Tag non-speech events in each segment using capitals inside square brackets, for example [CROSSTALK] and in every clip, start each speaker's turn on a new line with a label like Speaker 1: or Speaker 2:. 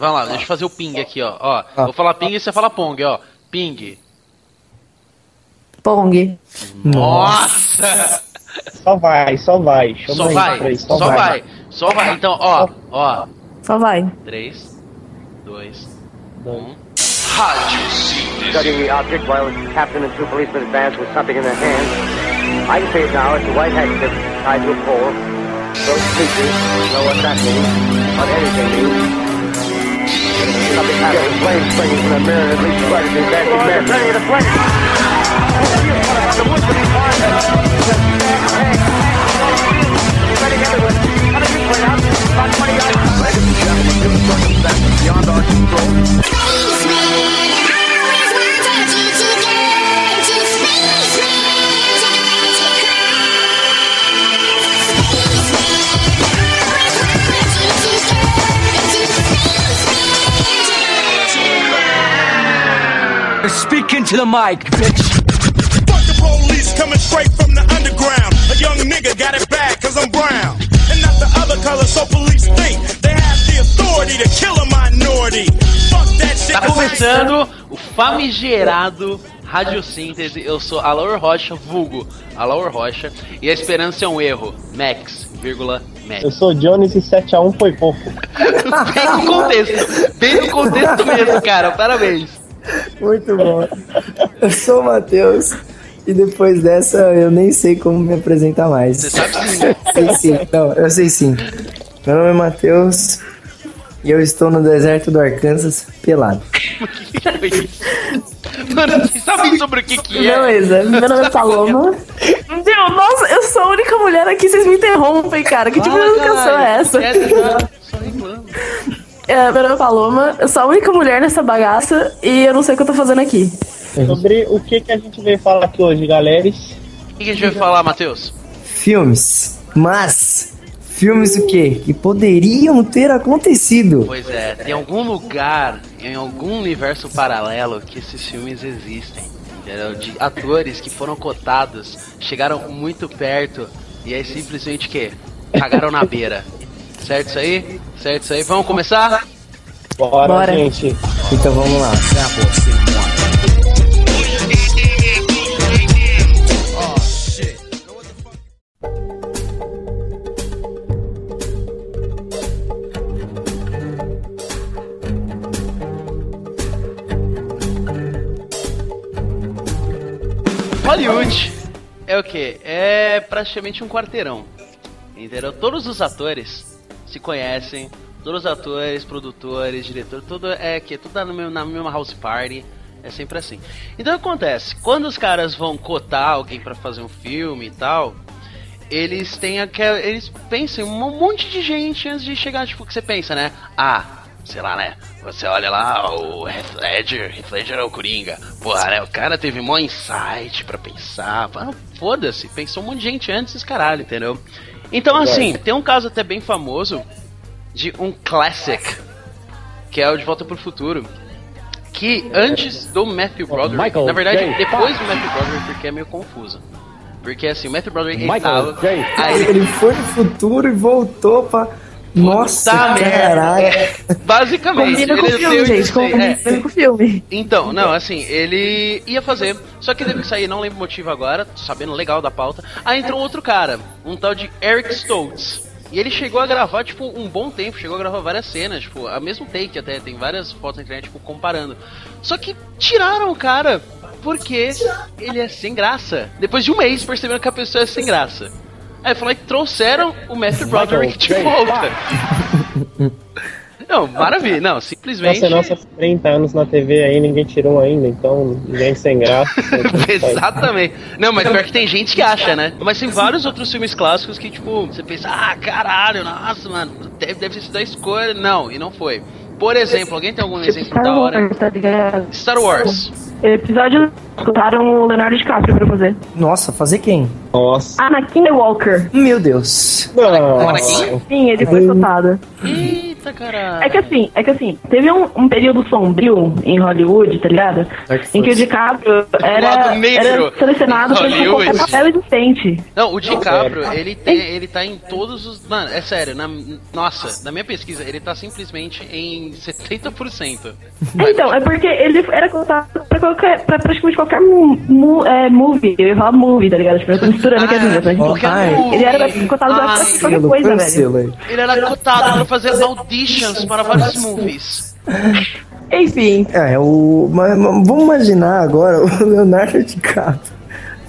Speaker 1: Vai lá, deixa eu fazer o ping aqui, ó. ó Vou falar ping e você fala pong, ó. Ping.
Speaker 2: Pong.
Speaker 1: Nossa!
Speaker 3: Só vai, só vai. Chama
Speaker 1: Só
Speaker 3: aí,
Speaker 1: vai,
Speaker 3: três,
Speaker 1: só vai, só vai. Então, ó, ó.
Speaker 2: Só vai.
Speaker 1: 3, 2,
Speaker 3: Dois.
Speaker 1: 1. Rádio
Speaker 4: studying the object while the captain and two policemen advanced with something in their hands. I can say it now, it's a white handkerchief tied to a pole. Those creatures know what that means, what anything means. Something happening, flames springing from the mirror, at least quite an advanced man.
Speaker 5: Speak into the mic, bitch.
Speaker 6: Fuck the police coming straight from the underground. A young nigga got it bad cause I'm brown. And not the other color, so police think they have the authority to kill a minority. Fuck that shit.
Speaker 1: Tá
Speaker 6: 'cause I ain't-
Speaker 1: começando o famigerado Radiosíntese. Eu sou Alaor Rocha, vulgo Alaor Rocha. E a esperança é um erro. Max, vírgula, Max.
Speaker 3: Eu sou Jones e 7x1 foi pouco.
Speaker 1: Bem [LAUGHS] no contexto, bem no contexto mesmo, cara. Parabéns.
Speaker 7: Muito bom. Eu sou o Matheus. E depois dessa, eu nem sei como me apresentar mais.
Speaker 1: Você sabe sim. [LAUGHS]
Speaker 7: Sei sim. Não, eu sei sim. Meu nome é Matheus. E eu estou no deserto do Arkansas pelado.
Speaker 1: Foi isso. Mano, vocês sabem sobre o que que é?
Speaker 2: Beleza, meu nome
Speaker 1: [LAUGHS]
Speaker 2: é Paloma. Meu, nossa, eu sou a única mulher aqui, vocês me interrompem, cara. Que tipo de canção é essa?
Speaker 1: Só reclamo.
Speaker 2: É, meu nome é Paloma, eu sou a única mulher nessa bagaça e eu não sei o que eu tô fazendo aqui.
Speaker 8: Uhum.
Speaker 3: Sobre o que, que a gente veio falar aqui hoje, galera.
Speaker 1: O que que a gente vai falar, Matheus?
Speaker 7: Filmes. Mas. Filmes o quê? Que poderiam ter acontecido.
Speaker 1: Pois é, tem algum lugar, em algum universo paralelo, que esses filmes existem. Entendeu? De atores que foram cotados, chegaram muito perto e aí simplesmente que cagaram na beira. Certo isso aí? Certo isso aí? Vamos começar?
Speaker 3: Bora,
Speaker 2: Bora.
Speaker 3: gente.
Speaker 7: Então vamos lá.
Speaker 1: Hollywood é o que? É praticamente um quarteirão. Entendeu? Todos os atores se conhecem, todos os atores, produtores, diretores, tudo é que tudo tá no mesmo- na mesma house party. É sempre assim. Então o que acontece? Quando os caras vão cotar alguém pra fazer um filme e tal, eles têm aquela. Eles pensam em um monte de gente antes de chegar, tipo, que você pensa, né? Ah, sei lá, né? Você olha lá, o Heath Ledger, Heath Ledger é o Coringa. Porra, né? O cara teve mó insight pra pensar. pá, Foda-se, pensou um monte de gente antes desse caralho, entendeu? Então, assim, tem um caso até bem famoso de um classic, que é o De Volta pro Futuro. Que antes do Matthew Broderick,
Speaker 9: Michael
Speaker 1: na verdade,
Speaker 9: J.
Speaker 1: depois do Matthew Broderick, porque é meio confuso. Porque assim, o Matthew Broderick ele
Speaker 9: Michael
Speaker 1: tava.
Speaker 9: J.
Speaker 1: Aí ele
Speaker 7: Ele foi no futuro e voltou pra. Nossa,
Speaker 1: Puta merda.
Speaker 7: caralho.
Speaker 1: basicamente
Speaker 2: Combina com o
Speaker 1: ele
Speaker 2: filme,
Speaker 1: deu
Speaker 2: gente,
Speaker 1: É, isso aí,
Speaker 2: combina
Speaker 1: é.
Speaker 2: com o filme.
Speaker 1: Então, não, assim, ele ia fazer, só que teve que sair, não lembro o motivo agora, tô sabendo legal da pauta. Aí entrou outro cara, um tal de Eric Stoltz. E ele chegou a gravar, tipo, um bom tempo, chegou a gravar várias cenas, tipo, a mesmo take até, tem várias fotos na internet, tipo, comparando. Só que tiraram o cara porque ele é sem graça. Depois de um mês perceberam que a pessoa é sem graça. Aí falou que trouxeram o Matthew Broderick de
Speaker 9: J.
Speaker 1: volta. [LAUGHS] Não, maravilha, não, simplesmente.
Speaker 3: Nossa, nossa, 30 anos na TV aí, ninguém tirou ainda, então ninguém sem
Speaker 1: [LAUGHS]
Speaker 3: graça. Então, tá
Speaker 1: Exatamente. Não, mas pior que tem gente que acha, né? Mas tem vários outros filmes clássicos que, tipo, você pensa, ah, caralho, nossa, mano, deve, deve ter sido a escolha. Não, e não foi. Por exemplo, alguém tem algum
Speaker 8: Tipo
Speaker 1: exemplo da hora?
Speaker 2: tá ligado?
Speaker 1: Star Wars.
Speaker 2: Episódio escutaram o Leonardo DiCaprio pra fazer.
Speaker 7: Nossa, fazer quem?
Speaker 3: Nossa.
Speaker 2: Anakin Walker.
Speaker 7: Meu Deus.
Speaker 1: Ah,
Speaker 3: Não.
Speaker 1: Anakin?
Speaker 2: Sim, ele foi
Speaker 7: Hum.
Speaker 2: escutada.
Speaker 1: E Eita, cara.
Speaker 8: É que assim, é que assim, teve um, um período sombrio em Hollywood, tá ligado?
Speaker 1: É
Speaker 7: Dark
Speaker 8: Em que o
Speaker 7: Souls.
Speaker 8: DiCaprio
Speaker 1: Tá lado
Speaker 8: era,
Speaker 1: negro
Speaker 8: era selecionado pra ele
Speaker 1: Hollywood.
Speaker 8: qualquer papel existente.
Speaker 1: Não, o DiCaprio, ele, tem, ele tá em todos os. Mano, é sério, na, nossa, na minha pesquisa, ele tá simplesmente em 70%.
Speaker 8: É, Então, é porque ele era contado pra, qualquer, pra praticamente qualquer mu, mu- é, movie. Eu ia falar movie, tá ligado? Tipo, eu tô misturando aqui as minhas, né?
Speaker 1: Ah, porque
Speaker 7: Ai.
Speaker 1: o-
Speaker 8: Ele era cotado pra
Speaker 1: Ai,
Speaker 8: qualquer coisa, velho.
Speaker 7: aí.
Speaker 1: Ele era cotado pra fazer auditions para vários movies.
Speaker 8: Enfim,
Speaker 7: É, o. mas- mas vamos imaginar agora o [LAUGHS] Leonardo DiCaprio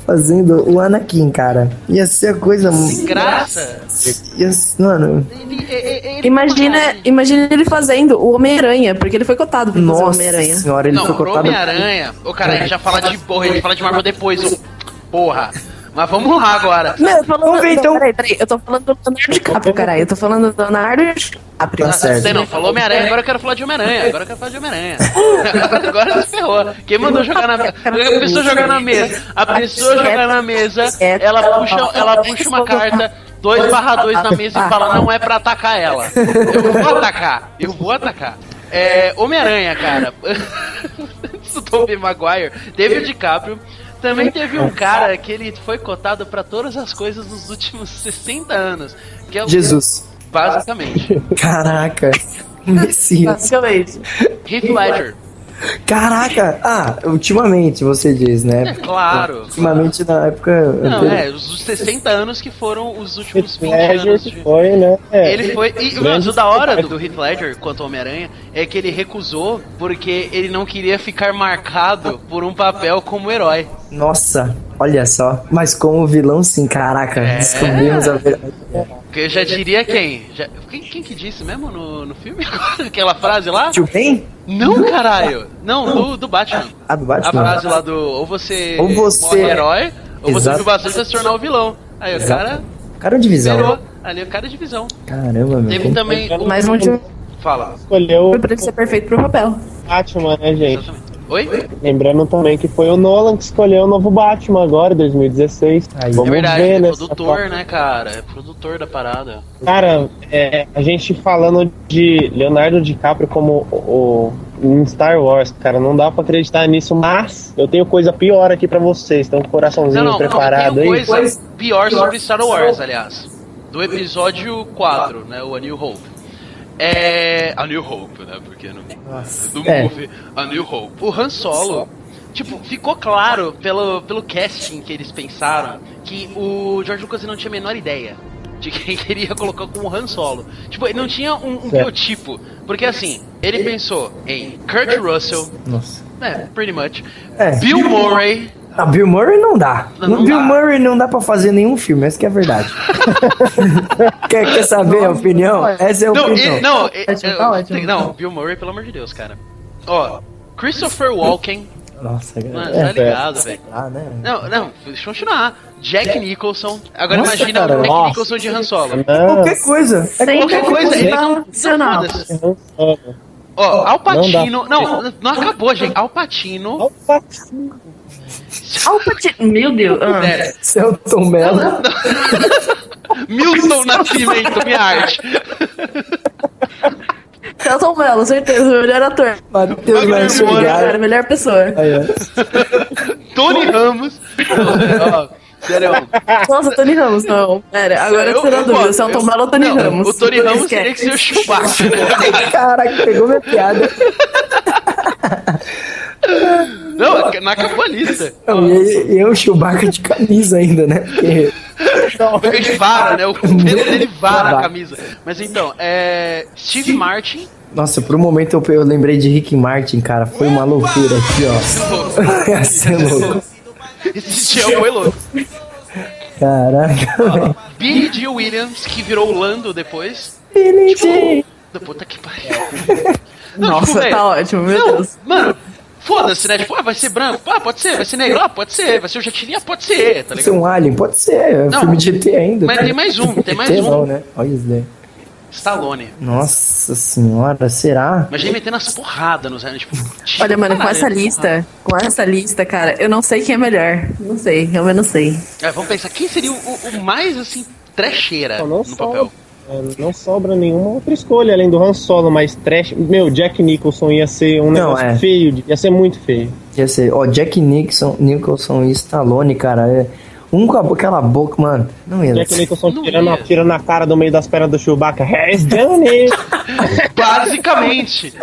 Speaker 7: fazendo o Anakin, cara. Ia ser a coisa.
Speaker 1: Graça!
Speaker 7: Ia ser, mano.
Speaker 1: Ele- e- e- ele-
Speaker 8: imagina, imagina ele fazendo o Homem-Aranha, porque ele foi cotado pra fazer o
Speaker 7: Nossa
Speaker 8: Homem-Aranha.
Speaker 7: senhora, ele
Speaker 1: Não,
Speaker 7: foi
Speaker 1: pro
Speaker 7: cotado.
Speaker 1: Homem-Aranha. Ô, cara, a gente já fala de porra, a gente fala de Marvel depois. ô. Porra. Mas vamos lá agora.
Speaker 8: Não, eu tô falando.
Speaker 7: Vamos ver,
Speaker 8: não,
Speaker 7: então.
Speaker 8: peraí, peraí, eu tô falando do Leonardo DiCaprio, caralho. Eu tô falando do Leonardo DiCaprio.
Speaker 7: Tá certo.
Speaker 1: Você não falou Homem-Aranha, agora eu quero falar de Homem-Aranha. Agora eu quero falar de Homem-Aranha. [LAUGHS] Agora, agora você ferrou. Quem mandou jogar na mesa? A pessoa jogar na mesa. A pessoa jogar na mesa, ela puxa, ela puxa uma carta 2 barra 2 na mesa e fala, não é pra atacar ela. Eu vou atacar. Eu vou atacar. É, Homem-Aranha, cara. [LAUGHS] Antes do Tobey Maguire, David DiCaprio. Também teve um cara que ele foi cotado pra todas as coisas dos últimos 60 anos. Que é o-
Speaker 7: Jesus.
Speaker 1: Basicamente.
Speaker 7: Caraca. Messias.
Speaker 8: Basicamente.
Speaker 1: Heath Ledger.
Speaker 7: Caraca. Ah, ultimamente você diz, né?
Speaker 1: [LAUGHS] Claro.
Speaker 7: Ultimamente na época.
Speaker 1: Não,
Speaker 7: anterior.
Speaker 1: é, os 60 anos que foram os últimos
Speaker 3: Heath
Speaker 1: 20
Speaker 3: Ledger
Speaker 1: anos.
Speaker 3: que
Speaker 1: de-
Speaker 3: foi, né? É,
Speaker 1: Ele foi. E mas
Speaker 3: grande
Speaker 1: o da hora do Heath Ledger quanto ao Homem-Aranha é que ele recusou porque ele não queria ficar marcado por um papel como herói.
Speaker 7: Nossa, olha só. Mas como vilão, sim, caraca.
Speaker 1: É.
Speaker 7: Descobrimos a verdade.
Speaker 1: Porque eu já diria quem? Já- quem? quem que disse mesmo no, no filme? [LAUGHS] Aquela frase lá?
Speaker 7: Tio Ben?
Speaker 1: Não, caralho! Não, do, do Batman.
Speaker 7: Ah, do
Speaker 1: A
Speaker 7: Batman.
Speaker 1: frase lá do ou você,
Speaker 7: Ou você-
Speaker 1: morre um herói, ou você
Speaker 7: Exato.
Speaker 1: viu bastante pra se tornar o vilão. Aí o cara
Speaker 7: Cara é de visão.
Speaker 1: virou. Ali é o cara de visão.
Speaker 7: né? Caramba, meu.
Speaker 1: Teve
Speaker 7: como-
Speaker 1: também.
Speaker 3: Mas
Speaker 1: o-
Speaker 8: Mas um dia
Speaker 1: Fala.
Speaker 3: escolheu
Speaker 8: pra ele ser perfeito pro papel.
Speaker 3: o Batman, né, gente?
Speaker 1: Oi?
Speaker 3: Lembrando também que foi o Nolan que escolheu o novo Batman agora, 2016.
Speaker 7: Aí.
Speaker 1: É
Speaker 7: Vamos
Speaker 1: verdade,
Speaker 3: ver,
Speaker 1: ele é
Speaker 3: né,
Speaker 1: produtor,
Speaker 3: essa
Speaker 1: né, cara? É produtor da parada.
Speaker 3: Cara, é, a gente falando de Leonardo DiCaprio como o, o- em Star Wars, cara, não dá pra acreditar nisso, mas eu tenho coisa pior aqui pra vocês, então coraçãozinho
Speaker 1: Não, não,
Speaker 3: preparado
Speaker 1: tem
Speaker 3: aí.
Speaker 1: coisa pior sobre Star Wars, aliás. Do episódio 4, né, o A New Hope. É... A New Hope, né, porque no, do
Speaker 7: É.
Speaker 1: movie, A New Hope. O Han Solo, tipo, ficou claro pelo, pelo casting que eles pensaram que o George Lucas não tinha a menor ideia de [LAUGHS] quem queria colocar como Han Solo. Tipo, ele não tinha um, um biotipo, porque assim, ele pensou em Kurt Russell,
Speaker 7: Nossa.
Speaker 1: É, pretty much.
Speaker 7: É.
Speaker 1: Bill Murray.
Speaker 7: Ah, Bill Murray não dá.
Speaker 1: Não, não
Speaker 7: No Bill
Speaker 1: dá.
Speaker 7: Murray não dá pra fazer nenhum filme, essa que é a
Speaker 1: [LAUGHS]
Speaker 7: verdade. quer, quer saber a opinião? Essa é a
Speaker 1: Não,
Speaker 7: opinião.
Speaker 1: ele, não, ele-
Speaker 8: Ótimo, tá
Speaker 1: eu-
Speaker 8: ótimo.
Speaker 1: não, Bill Murray, pelo amor de Deus, cara. Ó, Christopher Walken.
Speaker 7: Nossa,
Speaker 1: Mano,
Speaker 7: cara.
Speaker 1: tá
Speaker 7: É.
Speaker 1: ligado, velho.
Speaker 7: Ah, né?
Speaker 1: Não, não, deixa eu continuar. Jack Nicholson. Agora
Speaker 7: Nossa,
Speaker 1: imagina
Speaker 7: cara,
Speaker 1: o Jack
Speaker 3: nossa.
Speaker 1: Nicholson de Han Solo.
Speaker 3: Não,
Speaker 7: Qualquer coisa. É
Speaker 8: Sem
Speaker 1: Qualquer coisa, então. ele não.
Speaker 8: Sensacional.
Speaker 1: foda-se.
Speaker 3: não, não.
Speaker 1: Ó, Al
Speaker 3: dá.
Speaker 1: Pacino. Não, não, acabou, gente. Al Pacino.
Speaker 3: Opa,
Speaker 8: Alpati- Meu Deus. ah.
Speaker 1: É,
Speaker 7: Celton Mello.
Speaker 1: Milton Nascimento, minha arte.
Speaker 8: Celton Mello, certeza. o Melhor ator.
Speaker 7: Matheus
Speaker 1: Wagner
Speaker 7: Lancho
Speaker 1: Moura.
Speaker 8: Cara,
Speaker 7: Garo.
Speaker 8: melhor pessoa.
Speaker 7: Aí, ó.
Speaker 1: Tony Ramos. Ó, Sério,
Speaker 8: Nossa, Tony Ramos, não. Pera, agora
Speaker 1: Eu-
Speaker 8: eu, tirou
Speaker 1: eu
Speaker 8: dúvida.
Speaker 1: gosto,
Speaker 8: Se é o
Speaker 1: eu-
Speaker 8: Tom Bala ou Tony
Speaker 1: não,
Speaker 8: Ramos.
Speaker 1: O Tony Ramos
Speaker 8: Esquece.
Speaker 1: teria que ser o Chewbacca. né?
Speaker 7: [LAUGHS] Caraca, pegou minha piada.
Speaker 1: não, na acabou a lista.
Speaker 7: Não, e eu, Chewbacca de camisa ainda, né? Porque
Speaker 1: Ele vara,
Speaker 8: [LAUGHS]
Speaker 1: né? O pelo dele vara a
Speaker 7: Vara.
Speaker 1: camisa. Mas então, é. Steve Martin.
Speaker 7: Nossa, por um momento eu, eu lembrei de Rick Martin, cara. Foi uma loucura aqui, ó. [LAUGHS] é Ia
Speaker 8: É
Speaker 7: ser louco.
Speaker 1: Esse tio foi louco.
Speaker 7: Caraca.
Speaker 1: Billy Dee Williams, que virou o Lando depois.
Speaker 7: Billy Jean.
Speaker 1: Da puta que
Speaker 8: [LAUGHS]
Speaker 1: pariu. Não, tipo,
Speaker 8: Nossa,
Speaker 1: velho,
Speaker 8: tá ótimo, meu
Speaker 1: não,
Speaker 8: Deus.
Speaker 1: Mano, foda-se, né? Tipo, ah, vai ser branco? Ah, pode ser. Vai ser negro? Ah, pode ser. Vai ser o Jetininha? Pode ser, tá
Speaker 7: Pode ser
Speaker 1: ligado?
Speaker 7: um alien? Pode ser. É
Speaker 1: Não,
Speaker 7: filme de ET ainda.
Speaker 1: mas
Speaker 7: cara.
Speaker 1: tem mais um, tem mais
Speaker 7: ET
Speaker 1: um.
Speaker 7: Não, né? Olha isso daí.
Speaker 1: Stallone.
Speaker 7: Nossa senhora, será?
Speaker 1: Imagina ele metendo as porradas nos né? tipo, tiro
Speaker 8: Olha, mano, com
Speaker 1: na
Speaker 8: essa
Speaker 1: orelha.
Speaker 8: lista, com essa lista, cara, eu não sei quem é melhor. Não sei, eu não sei.
Speaker 1: É, vamos pensar, quem seria o, o- o mais assim, trecheira
Speaker 3: Eu não
Speaker 1: no
Speaker 3: sou.
Speaker 1: papel?
Speaker 3: É, Não sobra nenhuma outra escolha além do Han Solo, mas trash. Meu, Jack Nicholson ia ser um
Speaker 7: Não,
Speaker 3: negócio
Speaker 7: é.
Speaker 3: feio, de- ia ser muito feio.
Speaker 7: Ia ser, ó, Jack Nixon, Nicholson e Stallone, cara. É, um com a bo- aquela boca, mano. Não ia.
Speaker 3: Jack Nicholson
Speaker 1: Não
Speaker 3: tirando,
Speaker 1: ia.
Speaker 3: a- tirando a cara do meio das pernas do Chewbacca. Yes, Johnny!
Speaker 1: [LAUGHS] Basicamente.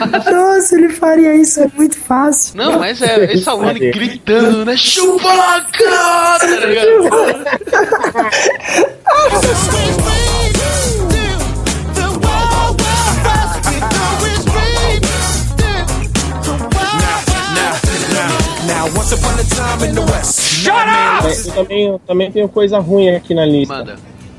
Speaker 7: Nossa, ele faria isso, é muito fácil.
Speaker 1: Não, mas é esse aluno
Speaker 3: Cadê?
Speaker 1: gritando, né? Chewbacca! Tá ligado?
Speaker 3: É, Eu também, eu também tenho coisa ruim aqui na lista.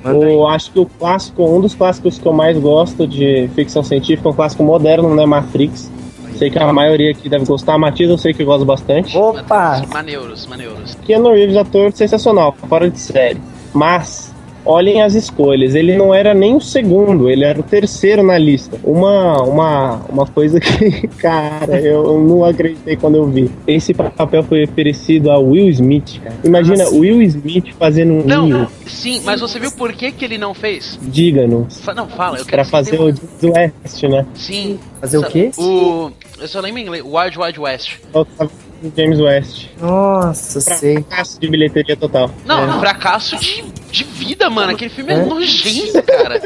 Speaker 1: Manda.
Speaker 3: Eu acho que o clássico, um dos clássicos que eu mais gosto de ficção científica, um clássico moderno, né? Matrix. Sei que a maioria aqui deve gostar. Matiz, eu sei que gosta bastante.
Speaker 7: Opa!
Speaker 1: Maneiros, maneiros.
Speaker 3: Keanu Reeves, ator sensacional, fora de série. Mas, olhem as escolhas. Ele não era nem o segundo, ele era o terceiro na lista. Uma, uma, uma coisa que, [LAUGHS] cara, eu não acreditei quando eu vi. Esse papel foi oferecido a Will Smith, cara. Imagina Will Smith fazendo um
Speaker 1: Ah, Não,
Speaker 3: Neo,
Speaker 1: sim, mas você viu por que, que ele não fez?
Speaker 3: diga-nos.
Speaker 1: Fa- Não, fala, eu quero
Speaker 3: Pra
Speaker 1: que você
Speaker 3: fazer o Deep West, né?
Speaker 1: tenha- Sim.
Speaker 7: Fazer o
Speaker 1: Sa-
Speaker 7: quê?
Speaker 1: O. Eu só lembro em inglês, Wild Wild West.
Speaker 3: Faltava o James West.
Speaker 7: Nossa, sei.
Speaker 3: Fracasso de bilheteria total.
Speaker 1: Não, fracasso de, de vida, mano. Aquele filme é,
Speaker 7: É.
Speaker 1: nojento, cara.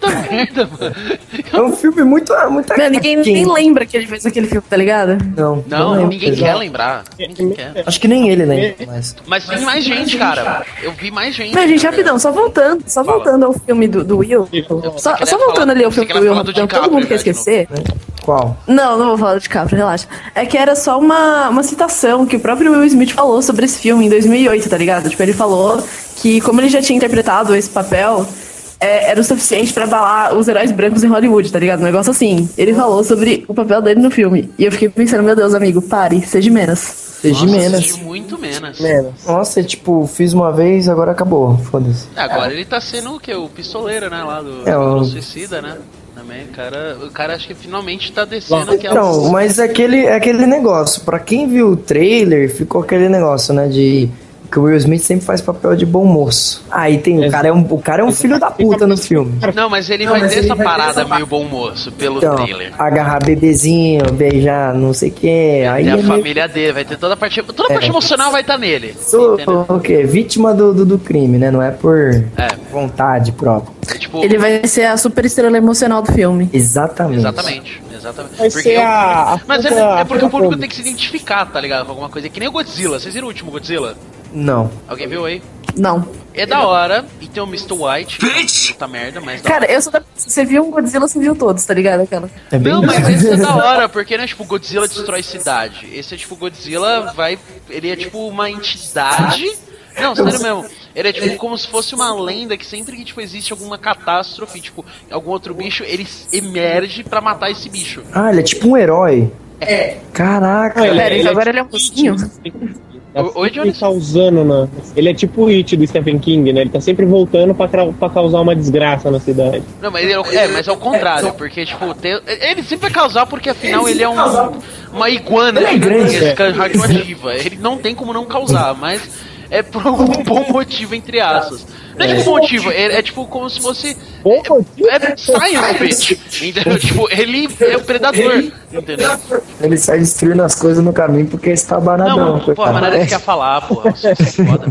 Speaker 1: Puta merda, mano.
Speaker 7: É um filme muito. muito
Speaker 2: Não, ninguém nem
Speaker 7: Quem-
Speaker 2: lembra que ele fez aquele filme, tá ligado?
Speaker 7: Não, é
Speaker 1: Não,
Speaker 7: lembro,
Speaker 1: ninguém
Speaker 7: exato.
Speaker 1: quer lembrar. Ninguém quer.
Speaker 7: Acho que nem ele lembra, mas.
Speaker 1: Mas tem mais gente, cara. Eu vi mais gente.
Speaker 2: Não, gente,
Speaker 1: tá ligado?
Speaker 2: rapidão, só voltando, só
Speaker 1: Fala.
Speaker 2: voltando ao filme do, do Will. Só,
Speaker 1: queria
Speaker 2: só voltando
Speaker 1: falar-
Speaker 2: ali ao
Speaker 1: você
Speaker 2: filme do
Speaker 1: queria
Speaker 2: Will,
Speaker 1: falar do
Speaker 2: rapidão, todo
Speaker 1: DiCaprio,
Speaker 2: mundo quer
Speaker 1: né, de novo.
Speaker 2: esquecer.
Speaker 7: Qual?
Speaker 2: Não, não vou falar de DiCaprio, relaxa. É que era só uma, uma citação que o próprio Will Smith falou sobre esse filme em 2008, tá ligado? Tipo, ele falou que como ele já tinha interpretado esse papel, é, era o suficiente pra abalar os heróis brancos em Hollywood, tá ligado? Um negócio assim. Ele falou sobre o papel dele no filme. E eu fiquei pensando, meu Deus, amigo, pare, seja menos.
Speaker 7: Seja
Speaker 1: Nossa,
Speaker 7: menos.
Speaker 1: assisti muito menos.
Speaker 3: Menos.
Speaker 7: Nossa, tipo, fiz uma vez, agora acabou. Foda-se.
Speaker 1: Agora ele tá sendo o quê? O pistoleiro, né? Lá do
Speaker 7: É,
Speaker 1: Esquadrão
Speaker 7: o-
Speaker 1: Suicida, né? Também, o cara, o cara acho que finalmente tá descendo
Speaker 3: Bom,
Speaker 1: aquela.
Speaker 7: Então, mas é aquele, é aquele negócio. Pra quem viu o trailer, ficou aquele negócio, né? De. Que o Will Smith sempre faz papel de bom moço. Aí tem. O cara é um, o cara é um filho da puta no filme.
Speaker 1: Não, mas ele
Speaker 7: Não,
Speaker 1: vai
Speaker 7: mas
Speaker 1: ter
Speaker 7: ele
Speaker 1: essa
Speaker 7: vai ter
Speaker 1: parada
Speaker 7: essa
Speaker 1: meio bom moço, pelo
Speaker 7: Então,
Speaker 1: trailer.
Speaker 7: agarrar bebezinho, beijar não sei o que. Aí
Speaker 1: Tem
Speaker 7: é
Speaker 1: a
Speaker 7: meio-
Speaker 1: família dele, vai ter toda a parte. Toda a parte
Speaker 7: É.
Speaker 1: emocional vai estar tá nele.
Speaker 7: Sou,
Speaker 1: entendeu?
Speaker 7: o quê? Vítima do, do, do crime, né? Não é por
Speaker 1: É,
Speaker 7: vontade própria.
Speaker 1: tipo,
Speaker 2: Ele vai ser a super estrela emocional do filme.
Speaker 7: Exatamente.
Speaker 1: Exatamente, exatamente.
Speaker 3: Vai
Speaker 1: Porque
Speaker 3: ser
Speaker 1: eu-
Speaker 3: a- a
Speaker 1: Mas
Speaker 3: Sandra-
Speaker 1: é, é porque o
Speaker 3: a
Speaker 1: público tem
Speaker 3: Sandra.
Speaker 1: que se identificar, tá ligado? Com alguma coisa. É que nem o Godzilla. Vocês viram o último Godzilla?
Speaker 7: Não.
Speaker 1: Alguém viu aí?
Speaker 2: Não.
Speaker 1: É da hora. E tem o Mr. White. Puta merda, mas da
Speaker 2: Cara, eu sou da... Você viu um Godzilla, você viu todos, tá ligado? Aquela.
Speaker 7: É bem
Speaker 1: Não,
Speaker 7: isso.
Speaker 1: mas esse é da
Speaker 7: [LAUGHS]
Speaker 1: hora, porque não é tipo Godzilla destrói cidade. Esse é tipo Godzilla vai. Ele é tipo uma entidade. Não, sério mesmo. Ele é tipo como se fosse uma lenda que sempre que tipo, existe alguma catástrofe, tipo, algum outro bicho, ele s- emerge pra matar esse bicho.
Speaker 7: Ah, ele é tipo um herói. É. Caraca.
Speaker 3: Ele-
Speaker 2: Pera,
Speaker 3: ele é
Speaker 2: agora ele é um mocinho?
Speaker 1: O- oi, Johnny.
Speaker 3: Ele tá usando na... Ele é tipo o It do Stephen King, né? Ele tá sempre voltando pra, cra- pra causar uma desgraça na cidade.
Speaker 1: Não, mas ele é, o- é, mas é o contrário, porque tipo, tem- ele sempre vai causar porque afinal ele é um, uma iguana né?
Speaker 7: Ele é grande,
Speaker 1: gigantesca radioativa. Ele não tem como não causar, mas é por algum [LAUGHS] bom motivo, entre aspas. Não é tipo motivo, é, é tipo como se fosse.
Speaker 3: Bom motivo.
Speaker 1: É, é science, bitch. Entendeu? Tipo, ele é o predador, entendeu?
Speaker 7: Ele sai destruindo as coisas no caminho porque está
Speaker 1: Não,
Speaker 7: banadão.
Speaker 1: pô,
Speaker 7: coitado. É.
Speaker 1: mas nada que quer falar,
Speaker 7: [LAUGHS]
Speaker 1: porra. Você é foda.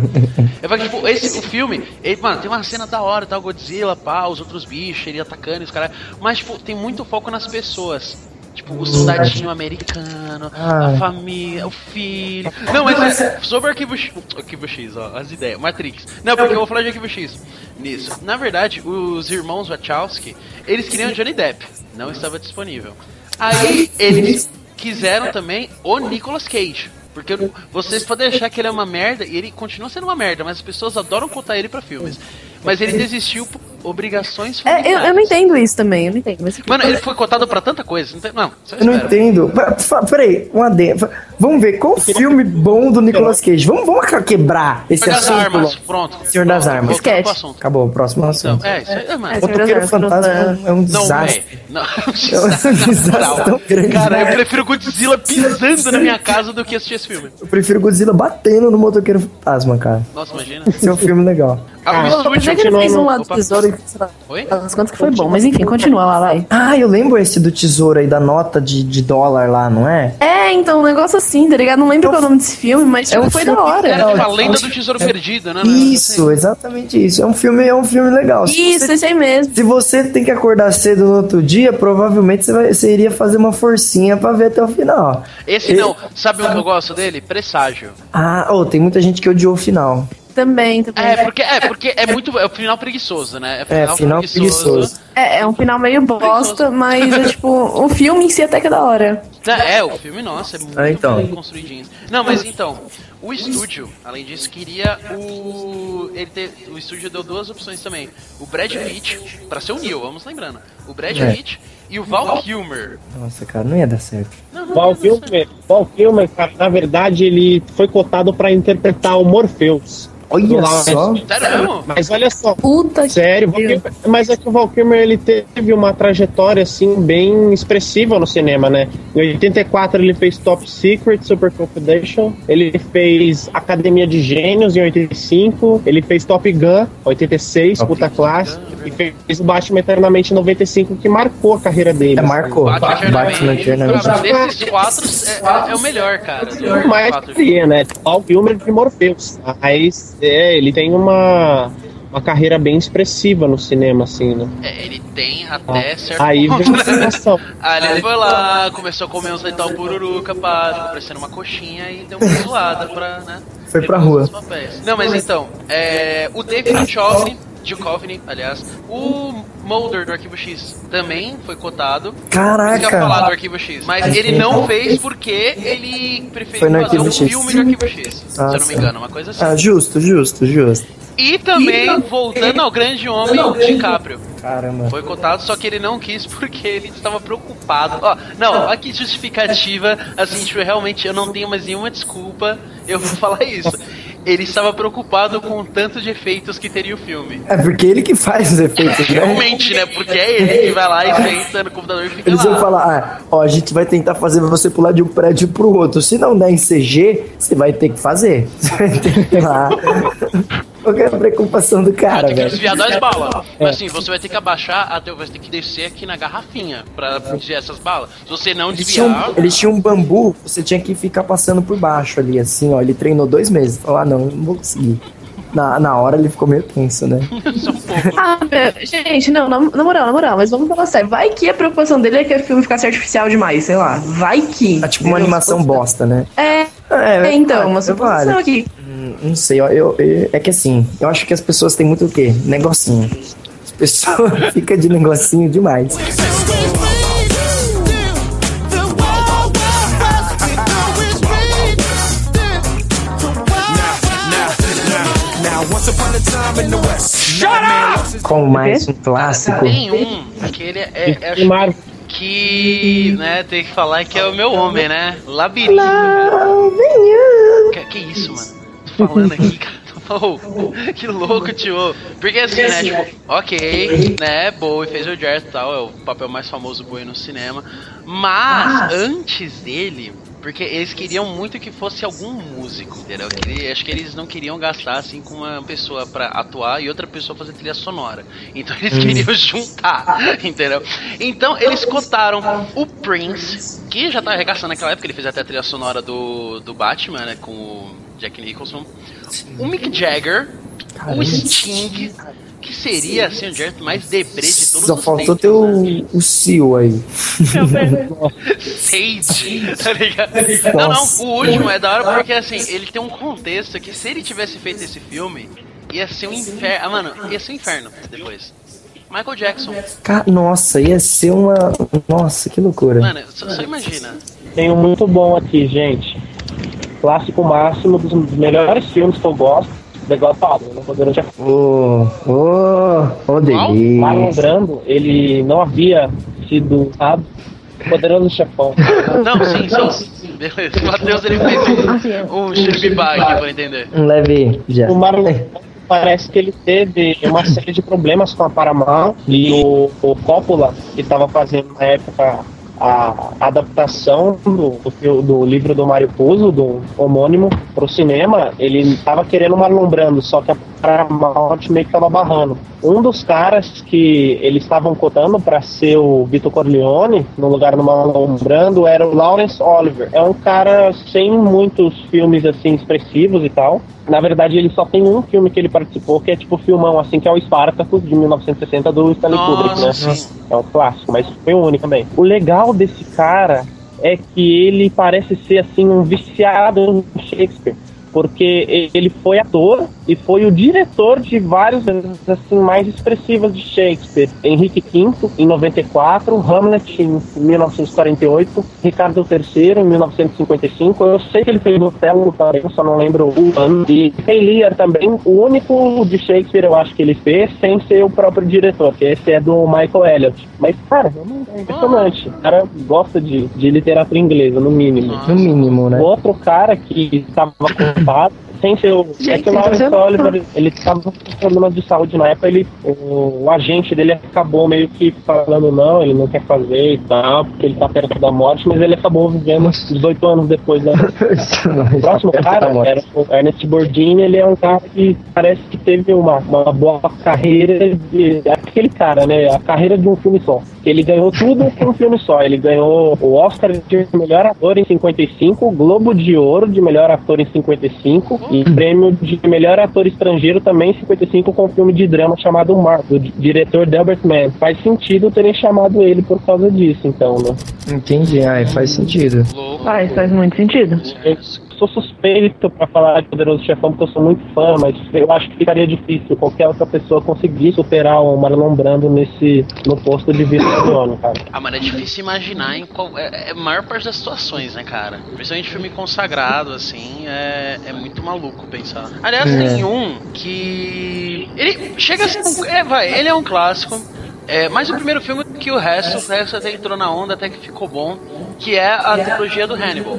Speaker 1: É porque, tipo, esse o filme, ele, mano, tem uma cena da hora, tá? O Godzilla, pá, os outros bichos, ele atacando os caras. Mas, tipo, tem muito foco nas pessoas. Tipo, o soldadinho americano,
Speaker 7: Hum. Ah.
Speaker 1: a família, é o filho. Não, mas é, sobre o arquivo X. o Arquivo X, ó, as ideias. Matrix. Não, porque eu vou falar de arquivo X. Nisso. Na verdade, os irmãos Wachowski, eles queriam Johnny Depp. Não estava disponível. Aí eles quiseram também o Nicolas Cage. Porque eu- vocês podem achar que ele é uma merda e ele continua sendo uma merda, mas as pessoas adoram contar ele pra filmes. Mas ele desistiu por obrigações
Speaker 2: É, eu, eu não entendo isso também, eu não entendo. Mas...
Speaker 1: Mano, ele foi cotado pra tanta coisa. Não, tem, não, só
Speaker 7: Eu não
Speaker 1: espera.
Speaker 7: entendo. Pa- fa- Peraí, um adendo. Vamos ver qual filme bom do Nicolas Cage. Vamos, vamos ca- quebrar esse
Speaker 1: Senhor das
Speaker 7: assunto.
Speaker 1: armas,
Speaker 7: logo.
Speaker 1: pronto.
Speaker 7: Senhor das
Speaker 1: Pronto,
Speaker 7: Armas.
Speaker 1: voltando pro
Speaker 2: Esquece.
Speaker 1: assunto.
Speaker 7: Acabou, o próximo
Speaker 1: Então,
Speaker 7: assunto.
Speaker 1: é, isso aí, é, mano.
Speaker 2: É,
Speaker 7: O Toqueiro
Speaker 2: Senhor das Armas,
Speaker 7: Fantasma é um- é um
Speaker 1: Não,
Speaker 7: desastre.
Speaker 1: véi. Não, [LAUGHS] é um
Speaker 7: desastre
Speaker 1: desastre
Speaker 7: tão grande.
Speaker 1: Cara, eu prefiro Godzilla pisando na minha casa do que assistir esse filme.
Speaker 7: Eu prefiro Godzilla batendo no motoqueiro fantasma, cara.
Speaker 1: Nossa, imagina. Ah,
Speaker 7: Esse é um filme legal.
Speaker 1: Algum
Speaker 2: Não, mas é
Speaker 1: estúdio.
Speaker 2: que ele fez um lá do
Speaker 1: Opa.
Speaker 2: tesouro e sei lá,
Speaker 1: Oi?
Speaker 2: das quantas que foi bom. Mas enfim, continua lá, vai.
Speaker 7: Ah, eu lembro esse do tesouro aí, da nota de, de dólar lá, não é?
Speaker 2: É, então, um negócio assim, tá ligado? Não lembro qual é o nome desse filme, mas tipo,
Speaker 7: um
Speaker 2: foi
Speaker 7: filme
Speaker 2: da hora.
Speaker 7: que
Speaker 1: Era tipo a
Speaker 7: Não,
Speaker 1: lenda
Speaker 7: não.
Speaker 1: do tesouro perdido, né?
Speaker 7: Isso, exatamente isso. É um filme, é um filme legal. Se
Speaker 2: Isso,
Speaker 7: você-
Speaker 2: esse aí mesmo.
Speaker 7: Se você tem que acordar cedo no outro dia, provavelmente você, vai- você iria fazer uma forcinha pra ver até o final.
Speaker 1: Esse não. Sabe um que eu gosto dele? Presságio.
Speaker 7: Ah, oh, tem muita gente que odiou o final.
Speaker 2: Também, também.
Speaker 1: É, porque é, porque é muito. É o final preguiçoso, né?
Speaker 7: É, final preguiçoso.
Speaker 2: É, é um final meio bosta, mas é tipo, o filme em si até que é da hora.
Speaker 1: Não, é, o filme, nossa, é muito
Speaker 7: Ah, então.
Speaker 1: bem construidinho. Não, mas então, o estúdio, além disso, queria o. Ele te- O estúdio deu duas opções também. O Brad Pitt, pra ser o Neil, vamos lembrando. O Brad
Speaker 7: É.
Speaker 1: Pitt e o Val Kilmer.
Speaker 7: Nossa, cara, não ia dar certo.
Speaker 3: Val Kilmer, Val Kilmer, cara, na verdade ele foi cotado pra interpretar o Morpheus.
Speaker 7: Olha
Speaker 3: Lá,
Speaker 7: só.
Speaker 1: Sério mesmo?
Speaker 3: Mas olha só,
Speaker 2: Puta que.
Speaker 3: sério, Val Kilmer- mas é que o Val Kilmer ele teve uma trajetória assim bem expressiva no cinema, né? Em 84 ele fez Top Secret, Super Confidential, ele fez Academia de Gênios em 85, ele fez Top Gun em 86,
Speaker 7: Top é
Speaker 3: puta classe, e fez o Batman Eternamente em 95 que marcou a carreira dele. assim.
Speaker 7: É, marcou.
Speaker 1: Batman
Speaker 7: Batman
Speaker 1: Eternamente. Pra-
Speaker 7: Eternamente.
Speaker 1: Desses quatro é, é o melhor, cara. Dos
Speaker 3: mais
Speaker 1: quatro.
Speaker 3: queria, né? Paul Kilmer de Morpheus. Mas é, ele tem uma, uma carreira bem expressiva no cinema, assim, né?
Speaker 1: É, ele tem até certo
Speaker 3: Aí
Speaker 1: ponto,
Speaker 3: vem a
Speaker 1: né? [LAUGHS]
Speaker 3: sensação.
Speaker 1: Aí ele foi lá, começou a comer uns leital pururuca, pá, ficou parecendo uma coxinha e deu uma zoada pra, né?
Speaker 7: Foi pra
Speaker 1: repor
Speaker 7: rua.
Speaker 1: os papéis. Não, mas então, é, o David Chovny, Duchovny, aliás, o Mulder do Arquivo X também foi cotado. Isso que eu ia falar do
Speaker 7: Caraca.
Speaker 1: Arquivo X, mas ele não fez porque ele preferiu
Speaker 7: Foi no
Speaker 1: fazer um
Speaker 7: Arquivo X.
Speaker 1: filme do Arquivo X, se eu não
Speaker 7: Ah,
Speaker 1: me
Speaker 7: sim.
Speaker 1: engano, uma coisa assim.
Speaker 7: Ah, justo, justo, justo.
Speaker 1: E também, voltando ao grande homem, DiCaprio.
Speaker 7: Caramba.
Speaker 1: Foi cotado, só que ele não quis porque ele estava preocupado. Ó, não, aqui justificativa, assim, tipo, realmente eu não tenho mais nenhuma desculpa, eu vou falar isso. Ele estava preocupado com o tanto de efeitos que teria o filme.
Speaker 7: É porque ele que faz
Speaker 1: [LAUGHS]
Speaker 7: os efeitos, né?
Speaker 1: Realmente, né? Porque é ele que vai lá e senta no computador e fica
Speaker 7: Eles vão
Speaker 1: lá.
Speaker 7: falar, ah, ó, a gente vai tentar fazer você pular de um prédio pro outro. Se não der em CG, você vai ter que fazer. [LAUGHS] Você vai ter que ir lá. Qual que é a preocupação do
Speaker 1: Ah,
Speaker 7: cara,
Speaker 1: tem que
Speaker 7: velho? É.
Speaker 1: desviar das balas. Mas assim, você vai ter que abaixar, até vai ter que descer aqui na garrafinha pra desviar essas balas. Se você não
Speaker 7: Eles tinham,
Speaker 1: desviar.
Speaker 7: eles tinham um bambu, você tinha que ficar passando por baixo ali, assim, ó. Ele treinou dois meses. Falou, ah, não, não vou conseguir. Na, na hora ele ficou meio tenso, né?
Speaker 1: Só um pouco.
Speaker 2: Ah, meu, gente, não, na, na moral, na moral, mas vamos falar sério. Vai que a preocupação dele é que o filme ficasse artificial demais, sei lá. Vai que.
Speaker 7: É tipo uma animação bosta, né?
Speaker 2: É,
Speaker 7: É,
Speaker 2: é, então, uma
Speaker 7: mas
Speaker 2: suposição aqui.
Speaker 7: Não sei, ó, eu, eu- é que assim, eu acho que as pessoas têm muito o quê? Negocinho. As pessoas [LAUGHS] ficam de negocinho demais. Como mais um clássico.
Speaker 1: Tem um, que ele é, é,
Speaker 3: E Marvel,
Speaker 1: que, né, tem que falar que é o meu homem, né? Labirinto. Que, que isso, mano? Tô falando aqui, cara. [LAUGHS] Ô, que louco, tio. Porque assim, né, tipo, ok, né, Bowie fez o Jared e tal, é o papel mais famoso do Bowie no cinema. Mas, antes dele, porque eles queriam muito que fosse algum músico, entendeu? Que ele- acho que eles não queriam gastar, assim, com uma pessoa pra atuar e outra pessoa fazer trilha sonora. Então
Speaker 7: Hum.
Speaker 1: eles queriam juntar, [LAUGHS] entendeu? Então eles cotaram o Prince, que já tava arregaçando naquela época, ele fez até a trilha sonora do, do Batman, né, com o Jack Nicholson. O Mick Jagger, o Sting, que seria, assim, o Jared mais deprê de todos
Speaker 7: Só
Speaker 1: os
Speaker 7: faltou
Speaker 1: tempos,
Speaker 7: ter
Speaker 1: né?
Speaker 7: o, o Seal aí.
Speaker 1: [LAUGHS] Sage, tá ligado? Não, não,
Speaker 7: Nossa.
Speaker 1: o último é da hora porque assim, ele tem um contexto que se ele tivesse feito esse filme, ia ser um inferno. Ah, mano, ia ser um inferno depois. Michael Jackson,
Speaker 7: Ca- Nossa, ia ser uma. Nossa, que loucura.
Speaker 1: mano, só, só imagina.
Speaker 3: tem um muito bom aqui, gente. Clássico máximo dos dos melhores filmes que eu gosto. The Godfather, né? não poderia te
Speaker 7: Ô, ô, ô,
Speaker 3: Lá
Speaker 7: delícia.
Speaker 3: lembrando, ele não havia sido usado Poderoso Chefão.
Speaker 1: Não, sim, sim. Beleza, [LAUGHS] o Matheus ele fez um, um chibibá aqui pra entender.
Speaker 7: Um leve já.
Speaker 3: O Marlon parece que ele teve uma série de problemas com a Paramount e o, o Coppola, que estava fazendo na época a adaptação do, do fil- do livro do Mario Puzo, do homônimo, para o cinema, ele estava querendo o Marlon Brando, só que a Paramount meio que tava barrando. Um dos caras que eles estavam cotando pra ser o Vitor Corleone, no lugar do Marlon Brando, era o Lawrence Oliver. É um cara sem muitos filmes assim expressivos e tal. Na verdade, ele só tem um filme que ele participou, que é tipo filmão assim, que é o Spartacus de 1960 do Stanley Kubrick, né?
Speaker 1: Nossa, sim.
Speaker 3: É um clássico, mas foi o único também. O legal desse cara é que ele parece ser assim um viciado em Shakespeare, porque ele foi ator e foi o diretor de várias vezes assim mais expressivas de Shakespeare. Henrique V em 94, Hamlet em 1948, Ricardo III em 1955. Eu sei que ele fez Otelo também, só não lembro o ano. E Rei Lear também, o único de Shakespeare eu acho que ele fez sem ser o próprio diretor, que esse é do Michael Elliott. Mas cara, eu não- é impressionante. O cara gosta de, de literatura inglesa, no mínimo.
Speaker 1: Nossa.
Speaker 7: No mínimo, [LAUGHS] né?
Speaker 3: O outro cara que estava contado, sem ser o. é que o Lawrence Oliver, ele estava com problemas de saúde na época, ele, o, o agente dele acabou meio que falando não, ele não quer fazer e tal, porque ele tá perto da morte, mas ele acabou vivendo 18 anos depois né? da o próximo
Speaker 7: tá
Speaker 3: cara era o Ernest Borgnine, ele é um cara que parece que teve uma, uma boa carreira de é aquele cara, né? A carreira de um filme só. Ele ganhou tudo com um filme só. Ele ganhou o Oscar de melhor ator em 55, o Globo de Ouro de melhor ator em 55 e o prêmio de melhor ator estrangeiro também em 55 com um filme de drama chamado Mar, do di- diretor Delbert Mann. Faz sentido terem chamado ele por causa disso, então, né?
Speaker 7: Entendi, ai, faz sentido.
Speaker 1: Louco.
Speaker 8: Faz, faz muito sentido.
Speaker 3: Eu sou suspeito pra falar de Poderoso Chefão porque eu sou muito fã, mas eu acho que ficaria difícil qualquer outra pessoa conseguir superar o Marlon Brando nesse no posto de Vitor Corleone, cara.
Speaker 1: Ah, mano, é difícil imaginar em qual. É, é a maior parte das situações, né, cara? Principalmente filme consagrado, assim, é, é muito maluco pensar. Aliás,
Speaker 7: É.
Speaker 1: tem um que. Ele chega a ser um- É, vai, ele é um clássico. É, mas o primeiro filme que o resto, o resto até entrou na onda, até que ficou bom, que é a trilogia do Hannibal.